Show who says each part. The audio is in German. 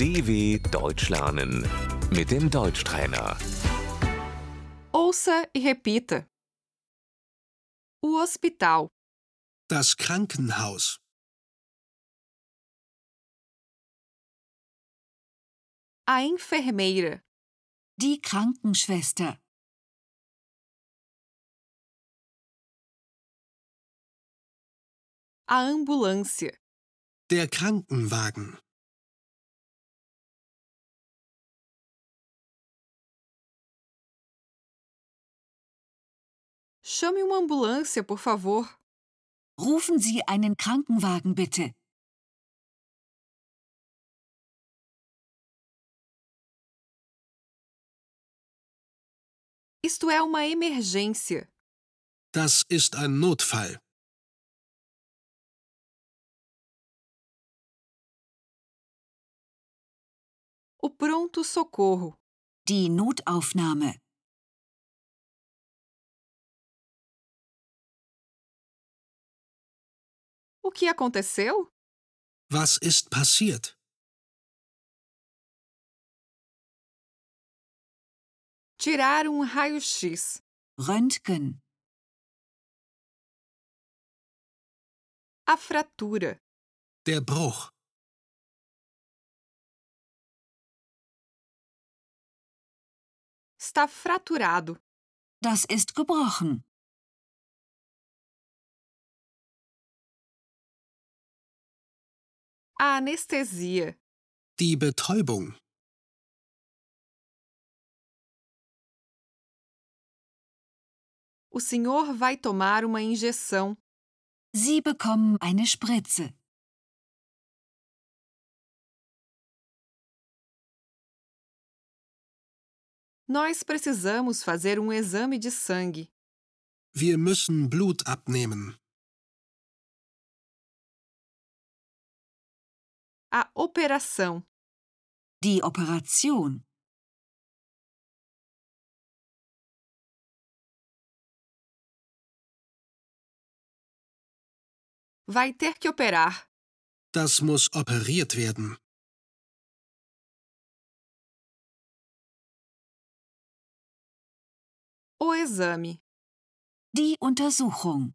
Speaker 1: DW Deutsch lernen mit dem Deutschtrainer.
Speaker 2: Ouça e repita. O hospital,
Speaker 3: Das Krankenhaus.
Speaker 2: a enfermeira,
Speaker 4: Die Krankenschwester.
Speaker 2: a ambulância,
Speaker 3: Der Krankenwagen.
Speaker 2: Chame uma ambulância, por favor.
Speaker 4: Rufen Sie einen Krankenwagen bitte.
Speaker 2: Isto é uma emergência.
Speaker 3: Das ist ein Notfall.
Speaker 2: O pronto-socorro,
Speaker 4: Die Notaufnahme.
Speaker 2: o que aconteceu?
Speaker 3: Was ist passiert?
Speaker 2: Tirar um raio-x,
Speaker 4: Röntgen.
Speaker 2: a fratura,
Speaker 3: Der Bruch.
Speaker 2: está fraturado,
Speaker 4: Das ist gebrochen.
Speaker 2: a anestesia,
Speaker 3: Die Betäubung.
Speaker 2: o senhor vai tomar uma injeção,
Speaker 4: Sie bekommen eine Spritze.
Speaker 2: nós precisamos fazer um exame de sangue.
Speaker 3: Wir müssen Blut abnehmen.
Speaker 2: A operação,
Speaker 4: Die Operation.
Speaker 2: vai ter que operar.
Speaker 3: Das muss operiert werden.
Speaker 2: O exame,
Speaker 4: Die Untersuchung.